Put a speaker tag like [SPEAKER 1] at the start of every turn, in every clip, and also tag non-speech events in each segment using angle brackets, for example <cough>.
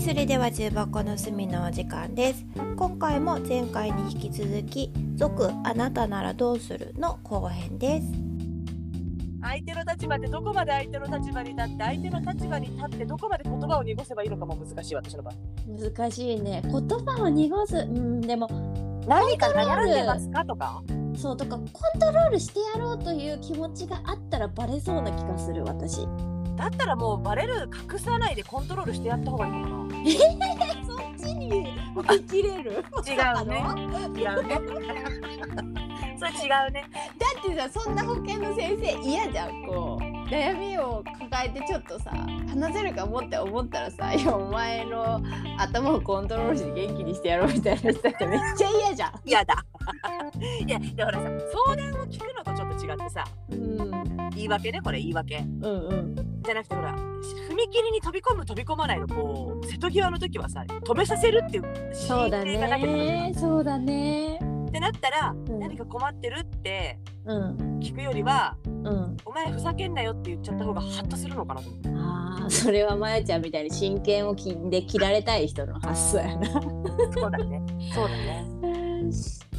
[SPEAKER 1] それでは重箱の隅のお時間です今回も前回に引き続き続あなたならどうするの後編です
[SPEAKER 2] 相手の立場ってどこまで相手の立場に立って相手の立場に立ってどこまで言葉を濁せばいいのかも難しい私の場合
[SPEAKER 3] 難しいね言葉を濁すうんでも
[SPEAKER 2] 何か悩んでますかとか
[SPEAKER 3] そうとかコントロールしてやろうという気持ちがあったらバレそうな気がする私
[SPEAKER 2] だったらもうバレる隠さないでコントロールしてやった方がいいのかな
[SPEAKER 3] そっちに追い切れる
[SPEAKER 2] 違うね違うね <laughs> それ違うね
[SPEAKER 4] だってさそんな保健の先生嫌じゃんこう悩みを抱えてちょっとさ話せるかもって思ったらさ「いやお前の頭をコントロールして元気にしてやろう」みたいな人ってめっちゃ嫌じゃん。
[SPEAKER 2] 嫌だいやでほらさ相談を聞くのとちょっと違ってさ
[SPEAKER 4] うん、
[SPEAKER 2] 言い訳ねこれ言い訳
[SPEAKER 4] うんうん
[SPEAKER 2] じゃなくてほら踏切に飛び込む飛び込まないのこう瀬戸際の時はさ止めさせるっていう
[SPEAKER 3] そうだ
[SPEAKER 2] 神経がなきゃダメだ
[SPEAKER 3] ねそうだね
[SPEAKER 2] ってなったら、
[SPEAKER 3] ん
[SPEAKER 2] 何か困ってるって
[SPEAKER 3] うん
[SPEAKER 2] 聞くよりは
[SPEAKER 3] うん
[SPEAKER 2] お前ふざけんなよって言っちゃった方がハッとするのかなと思って
[SPEAKER 3] あーそれはまやちゃんみたいに真剣を切んで切られたい人の発想やな
[SPEAKER 2] そうだね <laughs> そうだね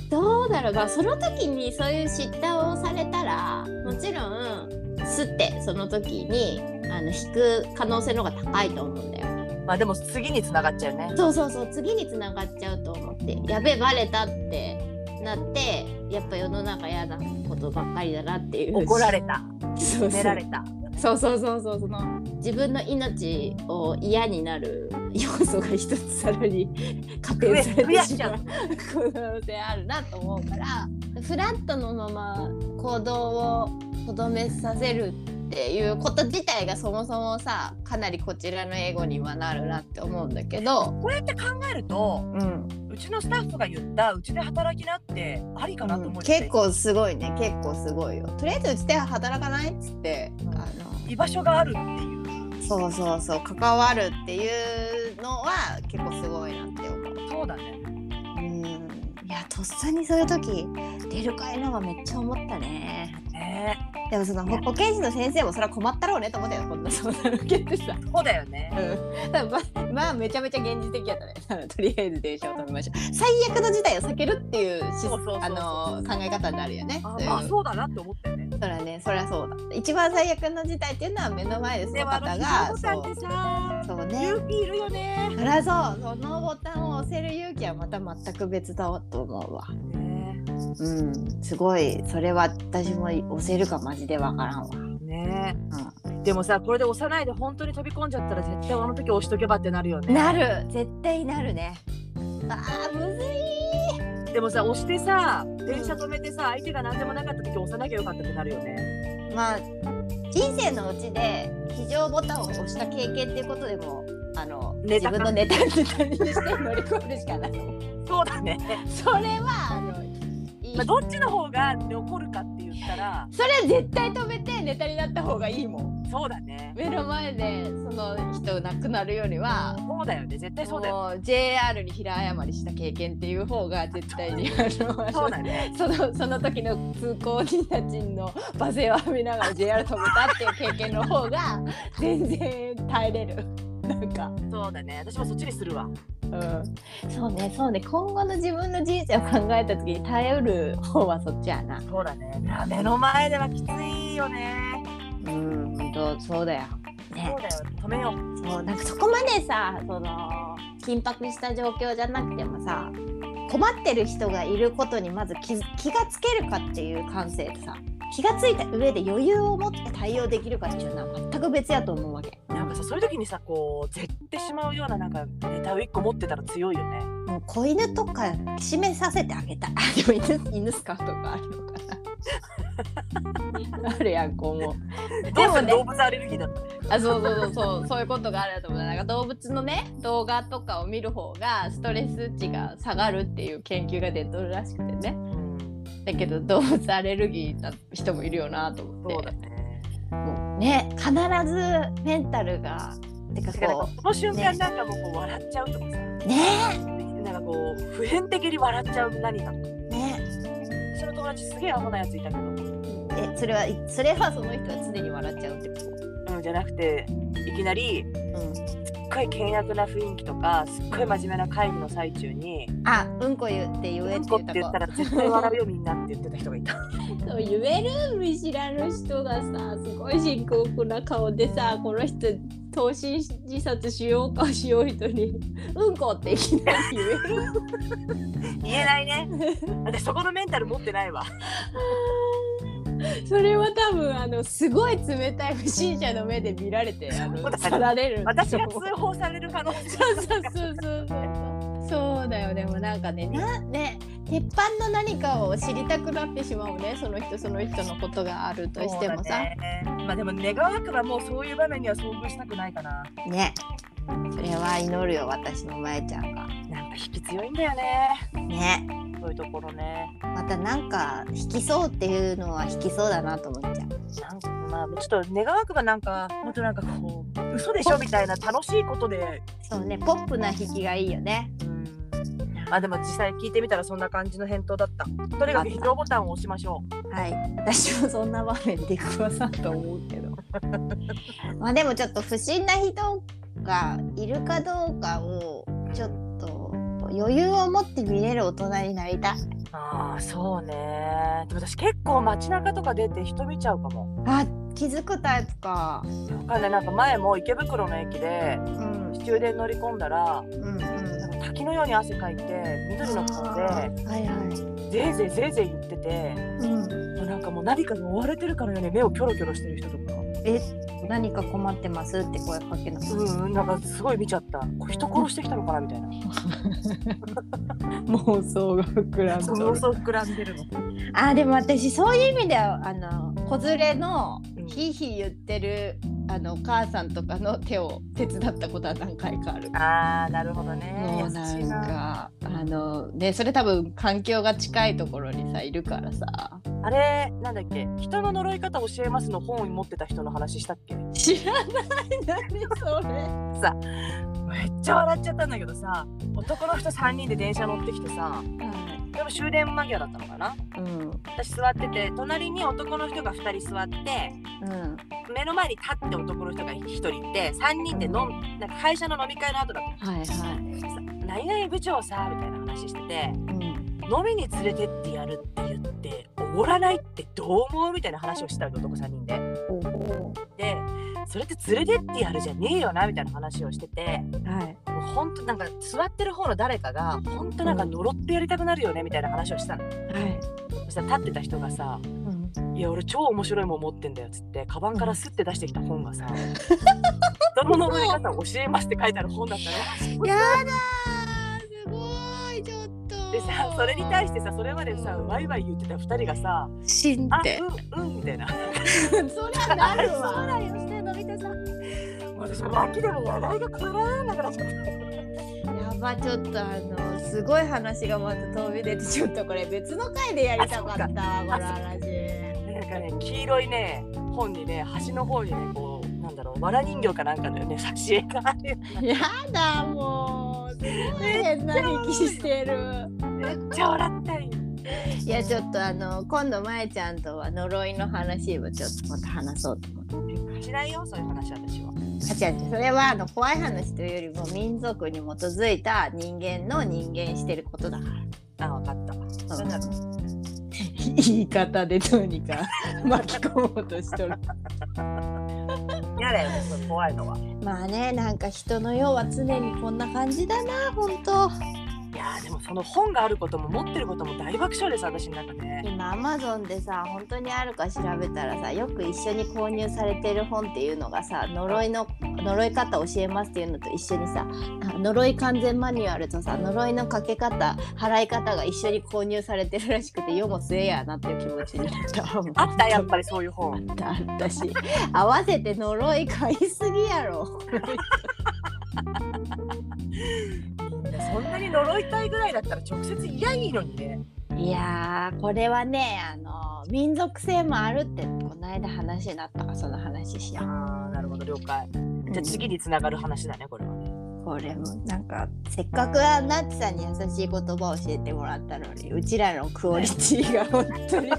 [SPEAKER 3] どうだろうまあその時にそういう叱咤をされたらもちろんすってその時にあの引く可能性の方が高いと思うんだよ
[SPEAKER 2] まあでも次に繋がっちゃうね
[SPEAKER 3] そうそうそう次につながっちゃうと思ってやべバレたってなってやっぱ世の中嫌なことばっかりだなっていう
[SPEAKER 2] 怒られた
[SPEAKER 3] そうそ
[SPEAKER 2] 寝
[SPEAKER 3] う
[SPEAKER 2] られた
[SPEAKER 3] そうそうそうそうその自分の命を嫌になる要素が一つさら <laughs> に加点され
[SPEAKER 2] 増や
[SPEAKER 3] て
[SPEAKER 2] し
[SPEAKER 3] し
[SPEAKER 2] ちゃ
[SPEAKER 3] ま
[SPEAKER 2] う
[SPEAKER 3] う可能性あるなと思うからフラットのまま行動をとどめさせるっていうこと自体がそもそもさかなりこちらの英語にはなるなって思うんだけど、
[SPEAKER 2] こうやって考えると
[SPEAKER 4] うん
[SPEAKER 2] うちのスタッフが言ったうちで働きなってありかなと思って、
[SPEAKER 4] 結構すごいね結構すごいよとりあえずうちでは働かないっつってあの
[SPEAKER 2] 居場所があるっていう
[SPEAKER 4] そうそうそう関わるっていうのは結構すごいなって思う。
[SPEAKER 2] そうだね
[SPEAKER 4] うんいやとっさにそういう時出るかいなはめっちゃ思ったね
[SPEAKER 2] ね
[SPEAKER 4] でもその保保健師の先生もそれは困ったろうねと思ったよこんな <laughs> 相談受けてさ、
[SPEAKER 2] そうだよね
[SPEAKER 4] うん、 <laughs> だからままあめちゃめちゃ現実的やったねあのとりあえず電車を止めましょう最悪の事態を避けるっていうし
[SPEAKER 2] そうそうそうそう
[SPEAKER 4] あの考え方になるよね
[SPEAKER 2] あ
[SPEAKER 4] そういう
[SPEAKER 2] まあそうだなって思ったよね
[SPEAKER 4] そりゃねそりゃそうだ一番最悪の事態っていうのは目の前でそ
[SPEAKER 2] で
[SPEAKER 4] の
[SPEAKER 2] もあの
[SPEAKER 4] 方
[SPEAKER 2] ひ
[SPEAKER 4] が
[SPEAKER 2] ボタン
[SPEAKER 4] そ
[SPEAKER 2] って
[SPEAKER 4] う
[SPEAKER 2] さ
[SPEAKER 4] そうね
[SPEAKER 2] 勇気いるよね
[SPEAKER 4] そりゃそうそのボタンを押せる勇気はまた全く別だと思うわ
[SPEAKER 2] ね
[SPEAKER 4] うんすごいそれは私も押せるかマジでわからんわ
[SPEAKER 2] ねでもさこれで押さないで本当に飛び込んじゃったら絶対あの時押しとけばってなるよね
[SPEAKER 4] なる絶対なるねあーむずい
[SPEAKER 2] でもさ押してさ電車止めてさ相手が何でもなかった時押さなきゃよかったってなるよね
[SPEAKER 4] まあ人生のうちで非常ボタンを押した経験っていうことでもあの
[SPEAKER 2] ネ
[SPEAKER 4] 自
[SPEAKER 2] タか
[SPEAKER 4] 分のネタネタにして乗り越えるしかない
[SPEAKER 2] そうだね、
[SPEAKER 4] それはあのい
[SPEAKER 2] <laughs>
[SPEAKER 4] い
[SPEAKER 2] まあ、どっちの方が残るかって言ったら
[SPEAKER 4] それは絶対止めてネタになった方がいいもん
[SPEAKER 2] そうだね
[SPEAKER 4] 目の前でその人亡くなるよりは
[SPEAKER 2] そうだよね絶対そうだよ
[SPEAKER 4] もう JR に平謝りした経験っていう方が絶対にあの
[SPEAKER 2] そうだね
[SPEAKER 4] そのその時の通行人たちの罵声を浴びながら JR 止めたっていう経験の方が全然耐えれるなんか、
[SPEAKER 2] そうだね私もそっちにするわ
[SPEAKER 4] うん、そうねそうね今後の自分の人生を考えた時に耐えうる方はそっちやな
[SPEAKER 2] そうだねいや目の前ではきついよね
[SPEAKER 4] うん本当そうだよ
[SPEAKER 2] そ
[SPEAKER 4] ね
[SPEAKER 2] うだよ止めよう
[SPEAKER 4] そうなんかそこまでさその緊迫した状況じゃなくてもさ困ってる人がいることにまず気づ気がつけるかっていう感性とさ気がついた上で余裕を持って対応できるかっていうのは全く別やと思うわけ
[SPEAKER 2] なんかさそういう時にさこう絶ってしまうようななんかネタを一個持ってたら強いよね
[SPEAKER 4] もう子犬とか締めさせてあげたいあでも犬犬スカートがあるのかなあるやんこうも
[SPEAKER 2] どう
[SPEAKER 4] も
[SPEAKER 2] する
[SPEAKER 4] ね
[SPEAKER 2] 動物アレルギーだったら
[SPEAKER 4] あそうそうそうそうそういうことがあると思うなんか動物のね動画とかを見る方がストレス値が下がるっていう研究が出てるらしくてねだけど動物アレルギーな人もいるよなと思
[SPEAKER 2] そう
[SPEAKER 4] っ
[SPEAKER 2] だ
[SPEAKER 4] て
[SPEAKER 2] ね
[SPEAKER 4] ね必ずメンタルがてか
[SPEAKER 2] てかなん
[SPEAKER 4] こ
[SPEAKER 2] かこの瞬間なんかもうこう笑っちゃうとかさ
[SPEAKER 4] うね
[SPEAKER 2] なんかこう普遍的に笑っちゃう何か
[SPEAKER 4] ね
[SPEAKER 2] 私の友達すげえアホなやついたけど
[SPEAKER 4] えそれはいそれはその人は常に笑っちゃうってこと
[SPEAKER 2] うんじゃなくていきなり
[SPEAKER 4] うん
[SPEAKER 2] 「ごい険悪な雰囲気とかすっごい真面目な会議の最中に
[SPEAKER 3] あうんこ言って言
[SPEAKER 2] 「
[SPEAKER 4] <laughs>
[SPEAKER 3] え
[SPEAKER 2] う
[SPEAKER 3] っ
[SPEAKER 2] ん
[SPEAKER 3] て
[SPEAKER 2] こ」っ
[SPEAKER 3] 言ってた
[SPEAKER 2] 言
[SPEAKER 3] 子
[SPEAKER 2] ったら絶対笑うよみんなって言ってた人がいた
[SPEAKER 4] そう言える見知らぬ人がさすごい深刻な顔でさこの人投身自殺しようかしよう人に「うんこ」っていきなり言える
[SPEAKER 2] 言えないね私そこのメンタル持って
[SPEAKER 4] <laughs>
[SPEAKER 2] ないわ
[SPEAKER 4] それは多分あのすごい冷たい不審者の目で見ら
[SPEAKER 3] <laughs>
[SPEAKER 4] れて
[SPEAKER 2] そ
[SPEAKER 4] あ
[SPEAKER 2] う
[SPEAKER 4] の
[SPEAKER 2] だ
[SPEAKER 4] 去られるんで
[SPEAKER 2] 私
[SPEAKER 4] しょ
[SPEAKER 2] が通報される可能性
[SPEAKER 4] そうそうそうそうそうそうだよでもなんかねなね鉄板の何かを知りたくなってしまうねその人その人のことがあるとしてもさね
[SPEAKER 2] まあでも願わくばもうそういう場面には遭遇したくないかな
[SPEAKER 3] それは祈るよ私のまえちゃんが
[SPEAKER 2] なんか引き強いんだよね
[SPEAKER 3] ね
[SPEAKER 2] そういうところね
[SPEAKER 3] またなんか引きそうっていうのは引きそうだなと思っちゃう
[SPEAKER 2] なんかまあちょっと願わくばなんかもっとなんかこう嘘でしょみたいな楽しいことで
[SPEAKER 3] そうねポップな引きがいいよね
[SPEAKER 2] うんまあでも実際聞いてみたらそんな感じの返答だったとにかく非常ボタンを押しましょう
[SPEAKER 3] はい私もそんな場面でくわさんと思うけ
[SPEAKER 2] <laughs>
[SPEAKER 3] どまあでもちょっと不審な人がいるかどうかをちょっと余裕を持って見れる大人になりたい
[SPEAKER 2] ああそうねでも私結構街中とか出て人見ちゃうかも
[SPEAKER 3] あ気づくタイプか
[SPEAKER 2] わかんないなんか前も池袋の駅で
[SPEAKER 3] うん
[SPEAKER 2] 終電乗り込んだら
[SPEAKER 3] うん
[SPEAKER 2] な
[SPEAKER 3] は
[SPEAKER 2] んか滝のように汗かいて緑の顔で
[SPEAKER 3] いはい
[SPEAKER 2] ぜいぜいぜいぜい言ってて
[SPEAKER 3] うん
[SPEAKER 2] もうなんかもう何かに追われてるかのように目をキョロキョロしてる人とか
[SPEAKER 3] え何か困ってますって声かけなく
[SPEAKER 2] うんなんかすごい見ちゃったこれ人殺してきたのかなみたいな
[SPEAKER 3] 妄想が膨ら
[SPEAKER 2] そう妄想膨らんでるの
[SPEAKER 3] あでも私そういう意味ではあの子連れの
[SPEAKER 2] うん
[SPEAKER 3] ひいひい言ってるあのお母さんとかの手を手伝ったことは何回かある。
[SPEAKER 2] あーなるほどね
[SPEAKER 3] もうなんかあのねそれ多分環境が近いところにさいるからさ
[SPEAKER 2] あれなんだっけ人の呪い方教えますの本持ってた人の話したっけめ
[SPEAKER 3] 知らない何それ
[SPEAKER 2] っちゃ笑っちゃったんだけどさ男の人3人で電車乗ってきてさでも終電間際だったのかな
[SPEAKER 3] うん
[SPEAKER 2] 私座ってて隣に男の人が2人座って
[SPEAKER 3] うん
[SPEAKER 2] 目の前に立って男の人が1人いて3人で飲んなんか会社の飲み会の後だっ
[SPEAKER 3] はいはい
[SPEAKER 2] たさ「何々部長さ」みたいな話してて
[SPEAKER 3] うん
[SPEAKER 2] 飲みに連れてってやるって言っておごらないってどう思うみたいな話をしてたわけ男3人で。
[SPEAKER 3] おお
[SPEAKER 2] でそれって連れてってやるじゃねえよなみたいな話をしてて
[SPEAKER 3] はい
[SPEAKER 2] もうほんとなんか座ってる方の誰かがほんとなんか呪ってやりたくなるよねみたいな話をしたの。
[SPEAKER 3] はい
[SPEAKER 2] そしたら立ってた人がさ
[SPEAKER 3] うん
[SPEAKER 2] 「いや俺超面白いもん持ってんだよ」っつってカバンからスッて出してきた本がさ「人の呪い方を教えます」って書いてある本だったの。
[SPEAKER 3] やだーすごいちょっと
[SPEAKER 2] でさそれに対してさそれまでさワイワイ言ってた2人がさ「
[SPEAKER 3] 死ん
[SPEAKER 2] あ
[SPEAKER 3] で
[SPEAKER 2] うんうん」みたいな。
[SPEAKER 3] そりゃなるわ。
[SPEAKER 2] だよ、してのび太さん。私、脇でも笑いがこらえなくなっちゃ
[SPEAKER 3] <laughs>
[SPEAKER 2] った。
[SPEAKER 3] やばちょっとあのすごい話がまた飛び出てちょっとこれ別の回でやりたかったわこの話。
[SPEAKER 2] なんかね、黄色いね、本にね、端の方にね、こう、なんだろう、わら人形かなんかだよね、挿絵がある。
[SPEAKER 3] やだもうすごい変な引きしてる。
[SPEAKER 2] めっちゃ笑ったり。
[SPEAKER 3] いやちょっとあの今度まえちゃんとは呪いの話をちょっとまた話そうと思って。
[SPEAKER 2] しないよ、そういう話、私は。
[SPEAKER 3] あ違う違うそれはあの怖い話というよりも民族に基づいた人間の人間してることだから。
[SPEAKER 2] あ、わかった。それなら
[SPEAKER 3] 言い方でどうにか <laughs> 巻き込もうとしとる。
[SPEAKER 2] 嫌だよね、その怖いのは。い
[SPEAKER 3] まあねなんか人の世は常にこんな感じだな本当
[SPEAKER 2] やー、でも、その本があることも、持ってることも、大爆笑です、私の中で。
[SPEAKER 3] 今アマゾンでさ本当にあるか調べたらさよく一緒に購入されてる本っていうのがさ呪いの呪い方教えますっていうのと一緒にさあ呪い完全マニュアルとさ呪いのかけ方払い方が一緒に購入されてるらしくて世も末やなっていう気持ちになったわ
[SPEAKER 2] あった、やっぱり、そういう本。
[SPEAKER 3] あったあったし合わせて呪い買いすぎやろ
[SPEAKER 2] そんなに呪いたいぐらいだったら、直接言やいいのにね。
[SPEAKER 3] いやーこれはねあの民族性もあるってこの間話になったからその話しよ
[SPEAKER 2] ああ、なるほど、了解。
[SPEAKER 3] う。
[SPEAKER 2] じゃあ次につながる話だね、これはね。
[SPEAKER 3] うんこれもなんかせっかくはナッツさんに優しい言葉を教えてもらったのにうちらのクオリティが本当に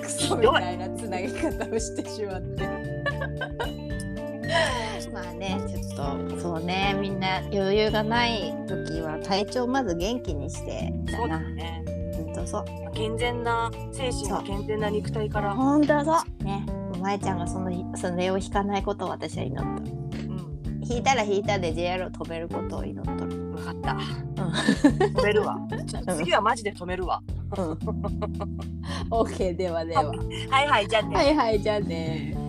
[SPEAKER 3] クソみたいなつなぎ方をしてしまって。まあねちょっとそそうねみんな余裕がない時は体調まず元気にして
[SPEAKER 2] そ
[SPEAKER 3] だ
[SPEAKER 2] うだ
[SPEAKER 3] な
[SPEAKER 2] ね。
[SPEAKER 3] ほんとそう
[SPEAKER 2] 健全な精神
[SPEAKER 3] そ
[SPEAKER 2] と
[SPEAKER 3] う
[SPEAKER 2] 健全な肉体から、
[SPEAKER 3] ほんとそうねまえちゃんがそのそれを引かないことを私は祈っ
[SPEAKER 2] うん、
[SPEAKER 3] た引いたら引いたで JR を止めることを祈っとる
[SPEAKER 2] 分かった。止める
[SPEAKER 3] <laughs>
[SPEAKER 2] わ。次はマジで止めるわ。
[SPEAKER 3] OK ではでは
[SPEAKER 2] はいはい、じゃあね。
[SPEAKER 3] はいはいじゃあね